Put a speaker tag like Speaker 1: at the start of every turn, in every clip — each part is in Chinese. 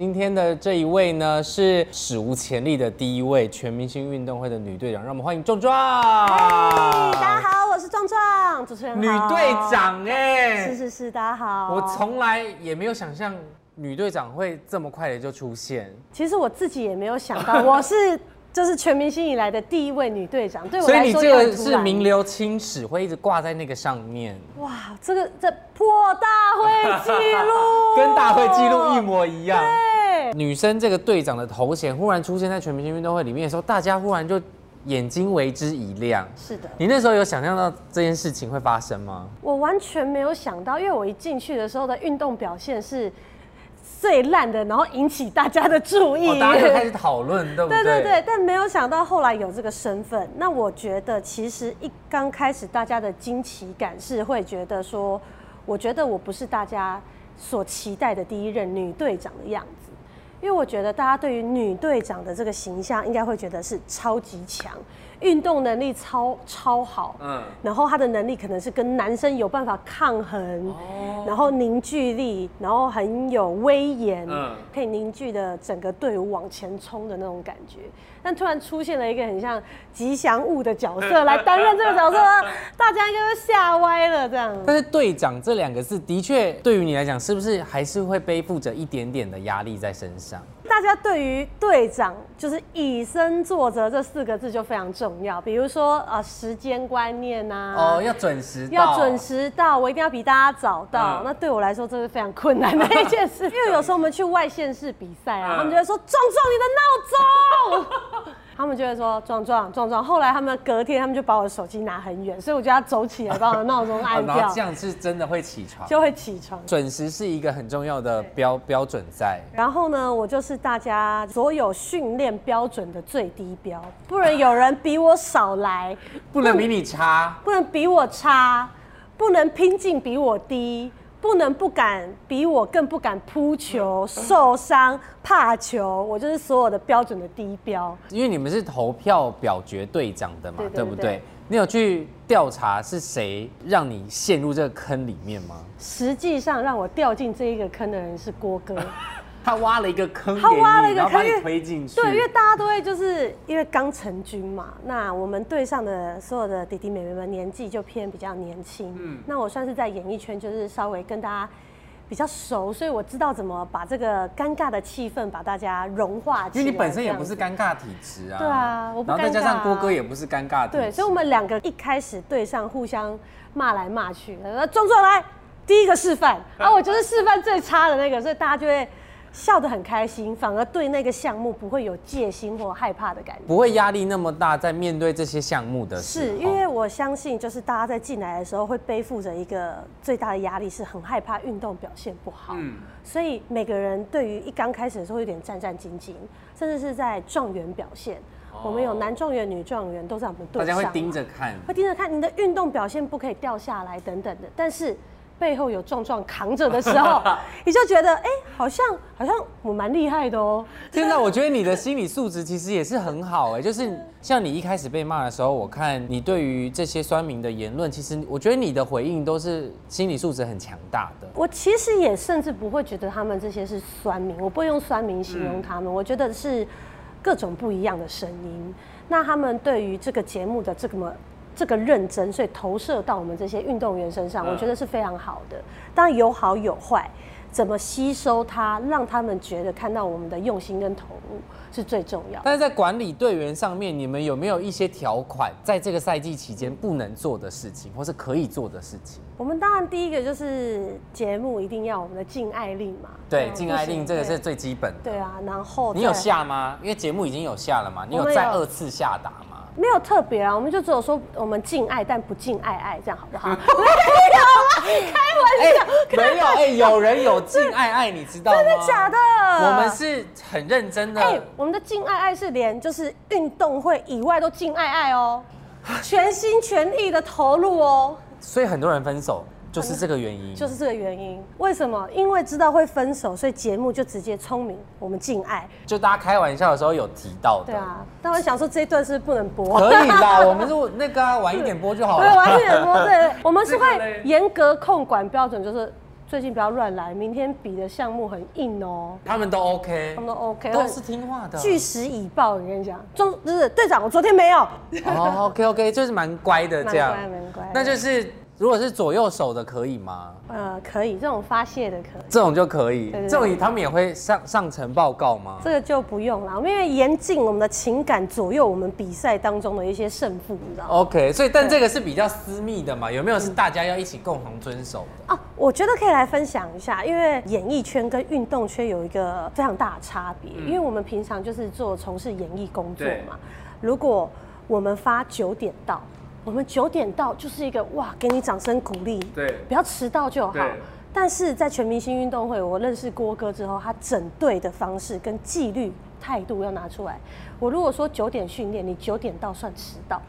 Speaker 1: 今天的这一位呢是史无前例的第一位全明星运动会的女队长，让我们欢迎壮壮。
Speaker 2: 大家好，我是壮壮，主持人好
Speaker 1: 女队，长哎、
Speaker 2: 是是是，大家好。
Speaker 1: 我从来也没有想象女队长会这么快的就出现，
Speaker 2: 其实我自己也没有想到，我是就是全明星以来的第一位女队长，对我
Speaker 1: 所以
Speaker 2: 来
Speaker 1: 你
Speaker 2: 说
Speaker 1: 这
Speaker 2: 也很
Speaker 1: 个
Speaker 2: 突
Speaker 1: 是
Speaker 2: 然
Speaker 1: 名留青史，会一直挂在那个上面，
Speaker 2: 哇，这个这破大会记录，
Speaker 1: 跟大会记录一模一样。
Speaker 2: 对，
Speaker 1: 女生这个队长的头衔忽然出现在全明星运动会里面的时候，大家忽然就眼睛为之一亮。
Speaker 2: 是的。
Speaker 1: 你那时候有想象到这件事情会发生吗？
Speaker 2: 我完全没有想到，因为我一进去的时候的运动表现是最烂的，然后引起大家的注意。
Speaker 1: 哦，大家就开始讨论，对不
Speaker 2: 对
Speaker 1: 对？
Speaker 2: 对对，但没有想到后来有这个身份。那我觉得其实一刚开始大家的惊奇感是会觉得说，我觉得我不是大家所期待的第一任女队长的样子，因为我觉得大家对于女队长的这个形象应该会觉得是超级强，运动能力超超好，
Speaker 1: 嗯。
Speaker 2: 然后他的能力可能是跟男生有办法抗衡，
Speaker 1: 哦
Speaker 2: 然后凝聚力，然后很有威严，
Speaker 1: 嗯
Speaker 2: 可以凝聚的整个队伍往前冲的那种感觉。但突然出现了一个很像吉祥物的 角色来担任这个角色， 大家应该都吓歪了这样。
Speaker 1: 但是队长这两个字，的确对于你来讲，是不是还是会背负着一点点的压力在身上？
Speaker 2: 大家对于队长就是以身作则这四个字就非常重要，比如说呃时间观念啊，
Speaker 1: 哦，要准时到，
Speaker 2: 要准时到，我一定要比大家早到。
Speaker 1: 嗯
Speaker 2: 那对我来说，这是非常困难的一件事， 因为有时候我们去外县市比赛啊，
Speaker 1: 嗯
Speaker 2: 他们就会说壮壮你的闹 钟，他们就会说壮壮壮壮。后来他们隔天，他们就把我的手机拿很远，所以我就要走起来把我的闹钟
Speaker 1: 哦
Speaker 2: 按
Speaker 1: 然
Speaker 2: 掉啊
Speaker 1: 后这，样是真的会起床。
Speaker 2: 就会起床。
Speaker 1: 准时是一个很重要的标标准在。
Speaker 2: 然后呢，我就是大家所有训练标准的最低标，不能有人比我少来，
Speaker 1: 不能比你差，
Speaker 2: 不能比我差，不能拼劲比我低，不能不敢比我更不敢扑球、受伤、怕球，我就是所有的标准的低标。
Speaker 1: 因为你们是投票表决队长的嘛，
Speaker 2: 对对
Speaker 1: 对不
Speaker 2: 对
Speaker 1: 对？你有去调查是谁让你陷入这个坑里面吗？
Speaker 2: 实际上让我掉进这一个坑的人是郭哥，
Speaker 1: 他挖了一个坑给你，
Speaker 2: 他挖了一个
Speaker 1: 然后把
Speaker 2: 坑因
Speaker 1: 你
Speaker 2: 为
Speaker 1: 推进去。
Speaker 2: 对，因为大家都会就是因为刚成军嘛，那我们队上的所有的弟弟妹妹们年纪就偏比较年轻，嗯，那我算是在演艺圈就是稍微跟大家。比较熟，所以我知道怎么把这个尴尬的气氛把大家融化起
Speaker 1: 因
Speaker 2: 来。
Speaker 1: 为你本身也
Speaker 2: 这样
Speaker 1: 不
Speaker 2: 子
Speaker 1: 是尴尬体质啊，
Speaker 2: 对啊我不
Speaker 1: 然后再加
Speaker 2: 尴尬
Speaker 1: 上
Speaker 2: 啊
Speaker 1: 郭哥也不是尴尬体质，
Speaker 2: 对，所以我们两个一开始对上互相骂来骂去，呃，壮壮来第一个示范，啊，我就是示范最差的那个，所以大家就会笑得很开心，反而对那个项目不会有戒心或害怕的感觉。
Speaker 1: 不哦会压力那么大，在面对这些项目的时候
Speaker 2: 是因为我相信，就是大家在进来的时候会背负着一个最大的压力，是很害怕运动表现不好。
Speaker 1: 嗯
Speaker 2: 所以每个人对于一刚开始的时候有点战战兢兢，甚至是在状元表现，我们有男状元、女状元都在我们
Speaker 1: 哦大
Speaker 2: 队
Speaker 1: 家
Speaker 2: 上嘛，
Speaker 1: 会盯着看，
Speaker 2: 会盯着看你的运动表现不可以掉下来等等的，但是背后有壮壮扛着的时候，你就觉得哎、好像好像我蛮厉害的哦、
Speaker 1: 现在我觉得你的心理素质其实也是很好哎、就是像你一开始被骂的时候，我看你对于这些酸民的言论，其实我觉得你的回应都是心理素质很强大的。
Speaker 2: 我其实也甚至不会觉得他们这些是酸民，我不会用酸民形
Speaker 1: 嗯
Speaker 2: 容他们，我觉得是各种不一样的声音。那他们对于这个节目的这么这个认真，所以投射到我们这些运动员身上，我
Speaker 1: 嗯
Speaker 2: 觉得是非常好的。当然有好有坏，怎么吸收它，让他们觉得看到我们的用心跟投入是最重要的。
Speaker 1: 但是在管理队员上面，你们有没有一些条款，在这个赛季期间不能做的事情，或是可以做的事情？
Speaker 2: 我们当然第一个就是节目一定要我们的禁爱令嘛，
Speaker 1: 对，
Speaker 2: 嗯
Speaker 1: 禁爱令这个是最基本的。
Speaker 2: 对啊，然后
Speaker 1: 你有
Speaker 2: 再
Speaker 1: 下吗？因为节目已经有下了嘛，你有
Speaker 2: 我们有
Speaker 1: 再二次下达吗？
Speaker 2: 没有特别啊，我们就只有说我们敬爱但不敬爱爱，这样好 不好？
Speaker 1: 啊哎、没有哎、有人有敬爱爱，你知道吗？
Speaker 2: 真的假的？
Speaker 1: 我们是很认真的。
Speaker 2: 哎、我们的敬爱爱是连就是运动会以外都敬爱爱 哦，全心全意的投入哦，
Speaker 1: 所以很多人分手就是这个原因，
Speaker 2: 就是这个原因。为什么？因为知道会分手，所以节目就直接聪明，我们敬爱。
Speaker 1: 就大家开玩笑的时候有提到的。
Speaker 2: 对啊，但我想说这一段是不能播。
Speaker 1: 可以 啦，我们就那个啊晚一点播就好
Speaker 2: 对，
Speaker 1: 了。
Speaker 2: 完全播对，我们是
Speaker 1: 这个
Speaker 2: 会
Speaker 1: 嘞
Speaker 2: 严格控管标准，就是最近不要乱来，明天比的项目很硬哦，
Speaker 1: 他们都 OK，
Speaker 2: 他们都 OK，
Speaker 1: 都是听话的。
Speaker 2: 据实以报。我跟你讲，中就是队长，我昨天没有，
Speaker 1: 哦，OK OK，就是蛮乖的这样，
Speaker 2: 蛮乖蛮乖的
Speaker 1: 那就是如果是左右手的可以吗？
Speaker 2: 呃，可以，这种发泄的可以。
Speaker 1: 这种就可以，
Speaker 2: 对对对
Speaker 1: 这种他们也会上上层报告吗？
Speaker 2: 这个就不用了，因为严禁我们的情感左右我们比赛当中的一些胜负，你知道吗？
Speaker 1: OK，所以但这个是比较私密的嘛，有没有是大家要一起共同遵守的？
Speaker 2: 啊，我觉得可以来分享一下，因为演艺圈跟运动圈有一个非常大的差别，因为我们平常就是做从事演艺工
Speaker 1: 嗯
Speaker 2: 作
Speaker 1: 对
Speaker 2: 嘛。如果我们发九点到，我们九点到就是一个哇，给你掌声鼓励，
Speaker 1: 对
Speaker 2: 不要迟到就好
Speaker 1: 对。
Speaker 2: 但是在全明星运动会，我认识郭哥之后，他整队的方式跟纪律态度要拿出来。我如果说九点训练，你九点到算迟到，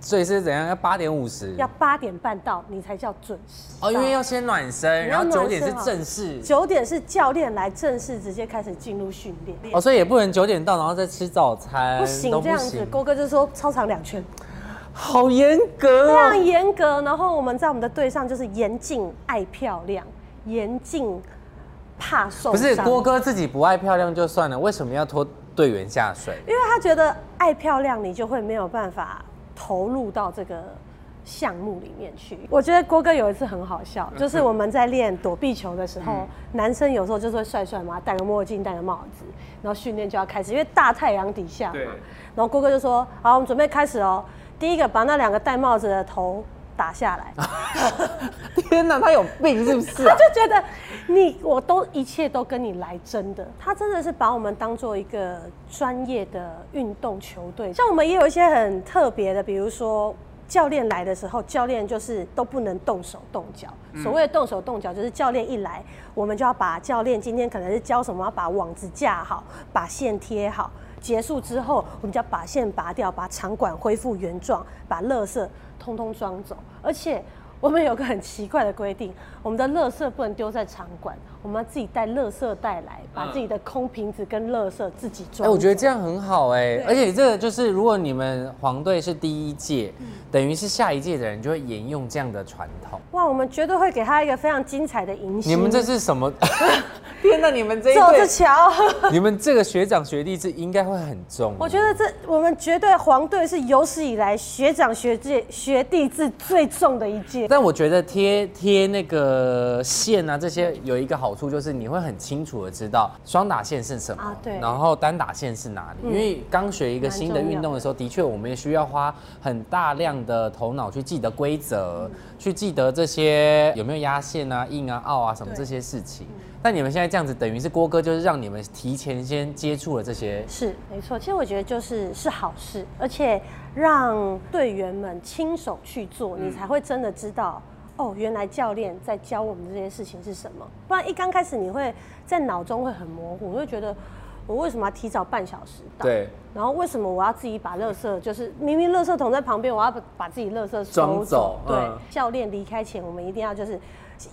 Speaker 1: 所以是怎样？要八点五十
Speaker 2: 要八点半到你才叫准时到。
Speaker 1: 哦，因为要先暖身，
Speaker 2: 你
Speaker 1: 然
Speaker 2: 要
Speaker 1: 后
Speaker 2: 暖
Speaker 1: 九点是
Speaker 2: 身好
Speaker 1: 正式
Speaker 2: 九点是教练来正式直接开始进入训练，
Speaker 1: 哦，所以也不能九点到然后再吃早餐，
Speaker 2: 不行
Speaker 1: 都
Speaker 2: 这样子。郭哥就说操场两圈，
Speaker 1: 好严格
Speaker 2: 非常
Speaker 1: 哦。
Speaker 2: 严格。然后我们在我们的队上就是严禁爱漂亮，严禁怕受伤。
Speaker 1: 不是郭，哥自己不爱漂亮就算了，为什么要拖队员下水？
Speaker 2: 因为他觉得爱漂亮，你就会没有办法投入到这个。项目里面去，我觉得郭哥有一次很好笑，就是我们在练躲避球的时候，男生有时候就是会帅帅嘛，戴个墨镜，戴个帽子，然后训练就要开始，因为大太阳底下嘛，然后郭哥就说：“好，我们准备开始哦。第一个，把那两个戴帽子的头打下来。
Speaker 1: 天哪，他有病是不是、啊
Speaker 2: 他？就觉得你我都一切都跟你来真的。他真的是把我们当做一个专业的运动球队。像我们也有一些很特别的，比如说。教练来的时候，教练就是都不能动手动脚。所谓的动手动脚，就是教练一来，我们就要把教练今天可能是教什么，要把网子架好，把线贴好。结束之后，我们就要把线拔掉，把场馆恢复原状，把垃圾通通装走。而且我们有个很奇怪的规定，我们的垃圾不能丢在场馆，我们要自己带垃圾袋来，把自己的空瓶子跟垃圾自己
Speaker 1: 哎、
Speaker 2: 装。
Speaker 1: 我觉得这样很好哎、而且这个就是，如果你们黄队是第一届，
Speaker 2: 嗯
Speaker 1: 等于是下一届的人就会沿用这样的传统。
Speaker 2: 哇，我们绝对会给他一个非常精彩的影响。
Speaker 1: 你们这是什 么？天哪，你们这一
Speaker 2: 走着
Speaker 1: 队，
Speaker 2: 瞧，
Speaker 1: 你们这个学长学弟制应该会很重。啊
Speaker 2: 我觉得这我们绝对黄队是有史以来学长学姐学弟制最重的一届。
Speaker 1: 但我觉得贴贴那个线啊，这些有一个好处就是你会很清楚的知道双打线是什么，
Speaker 2: 啊对嗯
Speaker 1: 然后单打线是哪里。因为刚学一个新的运动的时候，的确我们也需要花很大量的头脑去记得规
Speaker 2: 嗯
Speaker 1: 则，去记得这些有没有压线啊、硬啊、拗啊什么这些事情。但你们现在这样子，等于是郭哥就是让你们提前先接触了这些。
Speaker 2: 是没错，其实我觉得就是是好事，而且让队员们亲手去做，你才会真的知道。哦，原来教练在教我们这些事情是什么？不然一刚开始你会在脑中会很模糊，你会觉得我为什么要提早半小时到？。
Speaker 1: 对，
Speaker 2: 然后为什么我要自己把垃圾，就是明明垃圾桶在旁边，我要把把自己垃圾收
Speaker 1: 装走
Speaker 2: 对，
Speaker 1: 嗯
Speaker 2: 教练离开前，我们一定要就是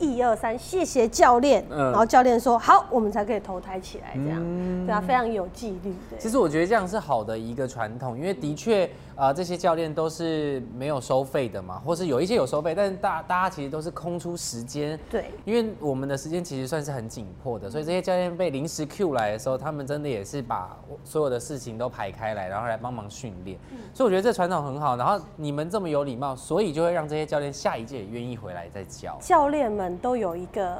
Speaker 2: 一二三，谢谢教练。
Speaker 1: 嗯
Speaker 2: 然后教练说好，我们才可以投胎起来，这样、对啊，非常有纪律的。
Speaker 1: 其实我觉得这样是好的一个传统，因为的确，呃，这些教练都是没有收费的嘛，或是有一些有收费，但是大大家其实都是空出时间，
Speaker 2: 对
Speaker 1: 因为我们的时间其实算是很紧迫的，所以这些教练被临时 Q 来的时候，他们真的也是把所有的事情都排开来，然后来帮忙训练，所以我觉得这传统很好。然后你们这么有礼貌，所以就会让这些教练下一届也愿意回来再教。
Speaker 2: 教练们都有一个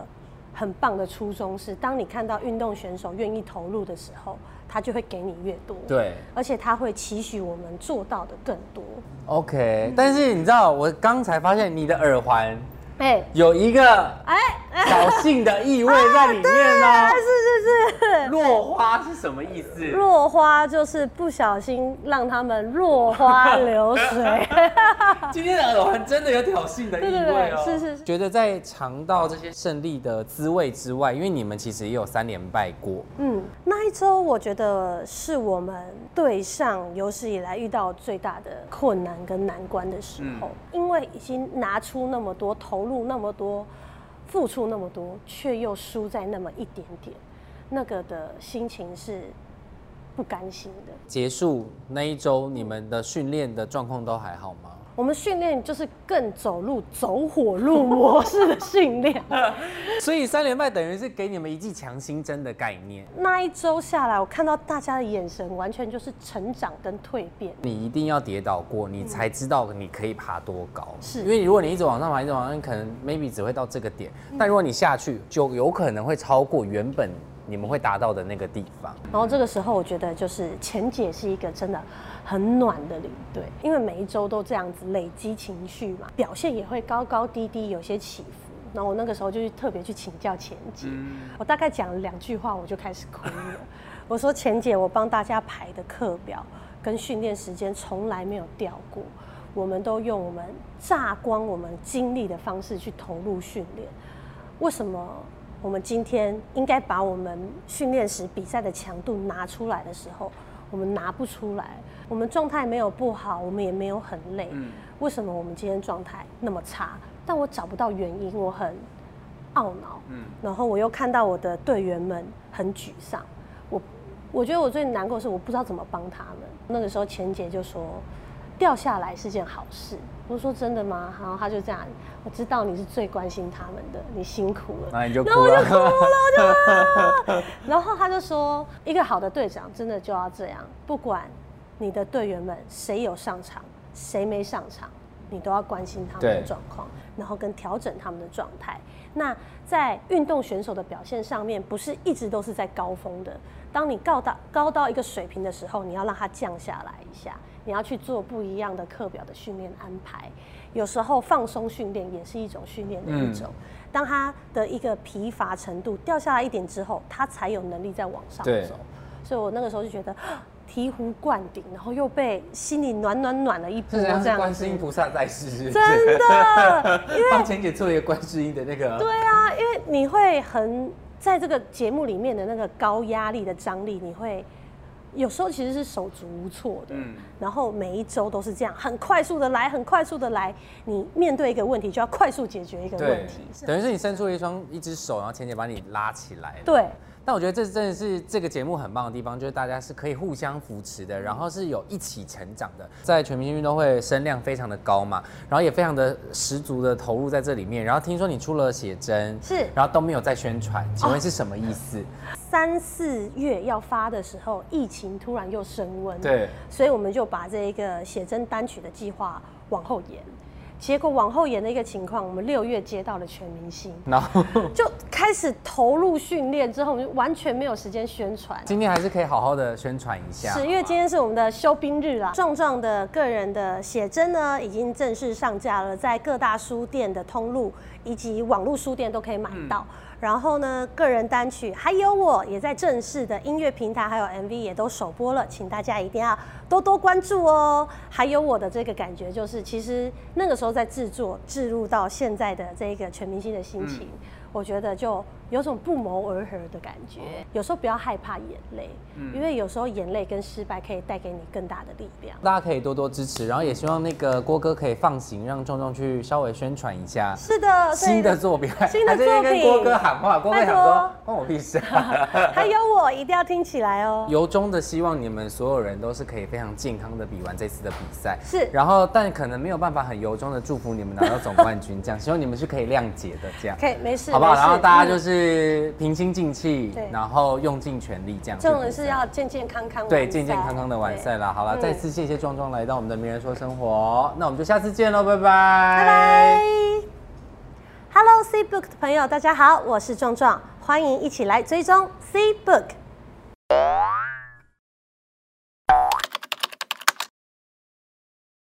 Speaker 2: 很棒的初衷是，当你看到运动选手愿意投入的时候，他就会给你越多。。
Speaker 1: 对。
Speaker 2: 而且他会期许我们做到的更多。
Speaker 1: OK，、但是你知道，我刚才发现你的耳环
Speaker 2: 哎、
Speaker 1: 有一个
Speaker 2: 哎，啊
Speaker 1: 侥幸的意 味在里面呢、
Speaker 2: 是是是，
Speaker 1: 落花是什么意思？
Speaker 2: 落花就是不小心让他们落花流水。
Speaker 1: 今天的耳环真的有挑衅的意味哦。
Speaker 2: 对对对是是是
Speaker 1: 觉得在尝到这些胜利的滋味之外，因为你们其实也有三连败过，
Speaker 2: 嗯，那一周我觉得是我们队上有史以来遇到最大的困难跟难关的时候，因为已经拿出那么多，投入那么多，付出那么多，却又输在那么一点点，那个的心情是不甘心的。
Speaker 1: 结束那一周，你们的训练的状况都还好吗？
Speaker 2: 我们训练就是更走路走火入魔式的训练。
Speaker 1: 所以三连败等于是给你们一剂强心针的概念。
Speaker 2: 那一周下来，我看到大家的眼神完全就是成长跟蜕变。
Speaker 1: 你一定要跌倒过，你才知道你可以爬多高。
Speaker 2: 是
Speaker 1: 因为如果你一直往上爬，一直往上，可能 maybe 只会到这个点，
Speaker 2: 嗯
Speaker 1: 但如果你下去，就有可能会超过原本你们会达到的那个地方。
Speaker 2: 然后这个时候，我觉得就是钱姐是一个真的很暖的领队，因为每一周都这样子累积情绪嘛，表现也会高高低低，有些起伏。然后我那个时候就去特别去请教钱姐，我大概讲了两句话，我就开始哭了。我说：“钱姐，我帮大家排的课表跟训练时间从来没有掉过，我们都用我们榨光我们精力的方式去投入训练。为什么我们今天应该把我们训练时比赛的强度拿出来的时候，我们拿不出来？我们状态没有不好，我们也没有很累，为什么我们今天状态那么差？但我找不到原因，我很懊恼。然后我又看到我的队员们很沮丧，我我觉得我最难过的是我不知道怎么帮他们。那个时候钱姐就说，掉下来是件好事。我说真的吗？然后他就这样，我知道你是最关心他们的，你辛苦了。
Speaker 1: 那你就哭
Speaker 2: 然后我就哭
Speaker 1: 了。
Speaker 2: 了，我就啊！然后他就说，一个好的队长真的就要这样，不管你的队员们谁有上场，谁没上场，你都要关心他们的
Speaker 1: 对
Speaker 2: 状况，然后跟调整他们的状态。那在运动选手的表现上面，不是一直都是在高峰的。当你高到高到一个水平的时候，你要让它降下来一下，你要去做不一样的课表的训练安排。有时候放松训练也是一种训练的
Speaker 1: 嗯
Speaker 2: 一种。当他的一个疲乏程度掉下来一点之后，他才有能力再往上
Speaker 1: 对
Speaker 2: 走。所以我那个时候就觉得啊醍醐灌顶，然后又被心里暖暖暖了一波
Speaker 1: 这像
Speaker 2: 这
Speaker 1: 是
Speaker 2: 样
Speaker 1: 观
Speaker 2: 子
Speaker 1: 世。音菩萨在世，是不是
Speaker 2: 真的，
Speaker 1: 帮钱姐做一个观世音的那个。
Speaker 2: 对啊，因为你会很在这个节目里面的那个高压力的张力，你会有时候其实是手足无措的。
Speaker 1: 嗯
Speaker 2: 然后每一周都是这样，很快速的来，很快速的来。你面对一个问题，就要快速解决一个问题。
Speaker 1: 等于是你伸出了一双一只手，然后钱姐把你拉起来了。
Speaker 2: 对，
Speaker 1: 但我觉得这真的是这个节目很棒的地方，就是大家是可以互相扶持的，然后是有一起成长的。在全明星运动会声量非常的高嘛，然后也非常的十足的投入在这里面。然后听说你出了写真，
Speaker 2: 是哦
Speaker 1: 然后都没有在宣传，请问是什么意思？
Speaker 2: 三四月要发的时候，疫情突然又升温。
Speaker 1: 对，
Speaker 2: 所以我们就把这一个写真单曲的计划往后延。结果往后延的一个情况，我们六月接到了全明星，
Speaker 1: 然后
Speaker 2: 就开始投入训练之后，我们就完全没有时间宣传。
Speaker 1: 今天还是可以好好的宣传一下。
Speaker 2: 是因为今天是我们的休兵日啦，壮壮的个人的写真呢已经正式上架了，在各大书店的通路以及网络书店都可以买到。
Speaker 1: 嗯
Speaker 2: 然后呢，个人单曲还有我也在正式的音乐平台还有 MV 也都首播了，请大家一定要多多关注哦。还有我的这个感觉就是，其实那个时候在制作置入到现在的这个全明星的心情，
Speaker 1: 嗯
Speaker 2: 我觉得就有种不谋而合的感觉。
Speaker 1: 哦
Speaker 2: 有时候不要害怕眼泪，
Speaker 1: 嗯
Speaker 2: 因为有时候眼泪跟失败可以带给你更大的力量。
Speaker 1: 大家可以多多支持，然后也希望那个郭哥可以放行，让壮壮去稍微宣传一下
Speaker 2: 是的，哦所以
Speaker 1: 新的作品。
Speaker 2: 新的
Speaker 1: 还是在
Speaker 2: 作
Speaker 1: 跟
Speaker 2: 品
Speaker 1: 郭哥喊话，郭哥
Speaker 2: 拜
Speaker 1: 想
Speaker 2: 托
Speaker 1: 说关我屁事啊。
Speaker 2: 还有我一定要听起来哦。
Speaker 1: 由衷的希望你们所有人都是可以非常健康的比完这次的比赛，
Speaker 2: 是
Speaker 1: 然后，但可能没有办法很由衷的祝福你们拿到总冠军，这样，希望你们是可以谅解的，这样，
Speaker 2: 可以，没事，
Speaker 1: 好不好？
Speaker 2: 没事
Speaker 1: 然后大家就
Speaker 2: 嗯
Speaker 1: 是平心静气
Speaker 2: 对，
Speaker 1: 然后用尽全力，这样。
Speaker 2: 嗯重点是要健健康康，
Speaker 1: 对健健康康的完赛。啦。好了，
Speaker 2: 嗯
Speaker 1: 再次谢谢壮壮来到我们的名人说生活，那我们就下次见喽，拜拜，拜
Speaker 2: 拜拜。Hello C Book 的朋友，大家好，我是壮壮，欢迎一起来追踪 C Book。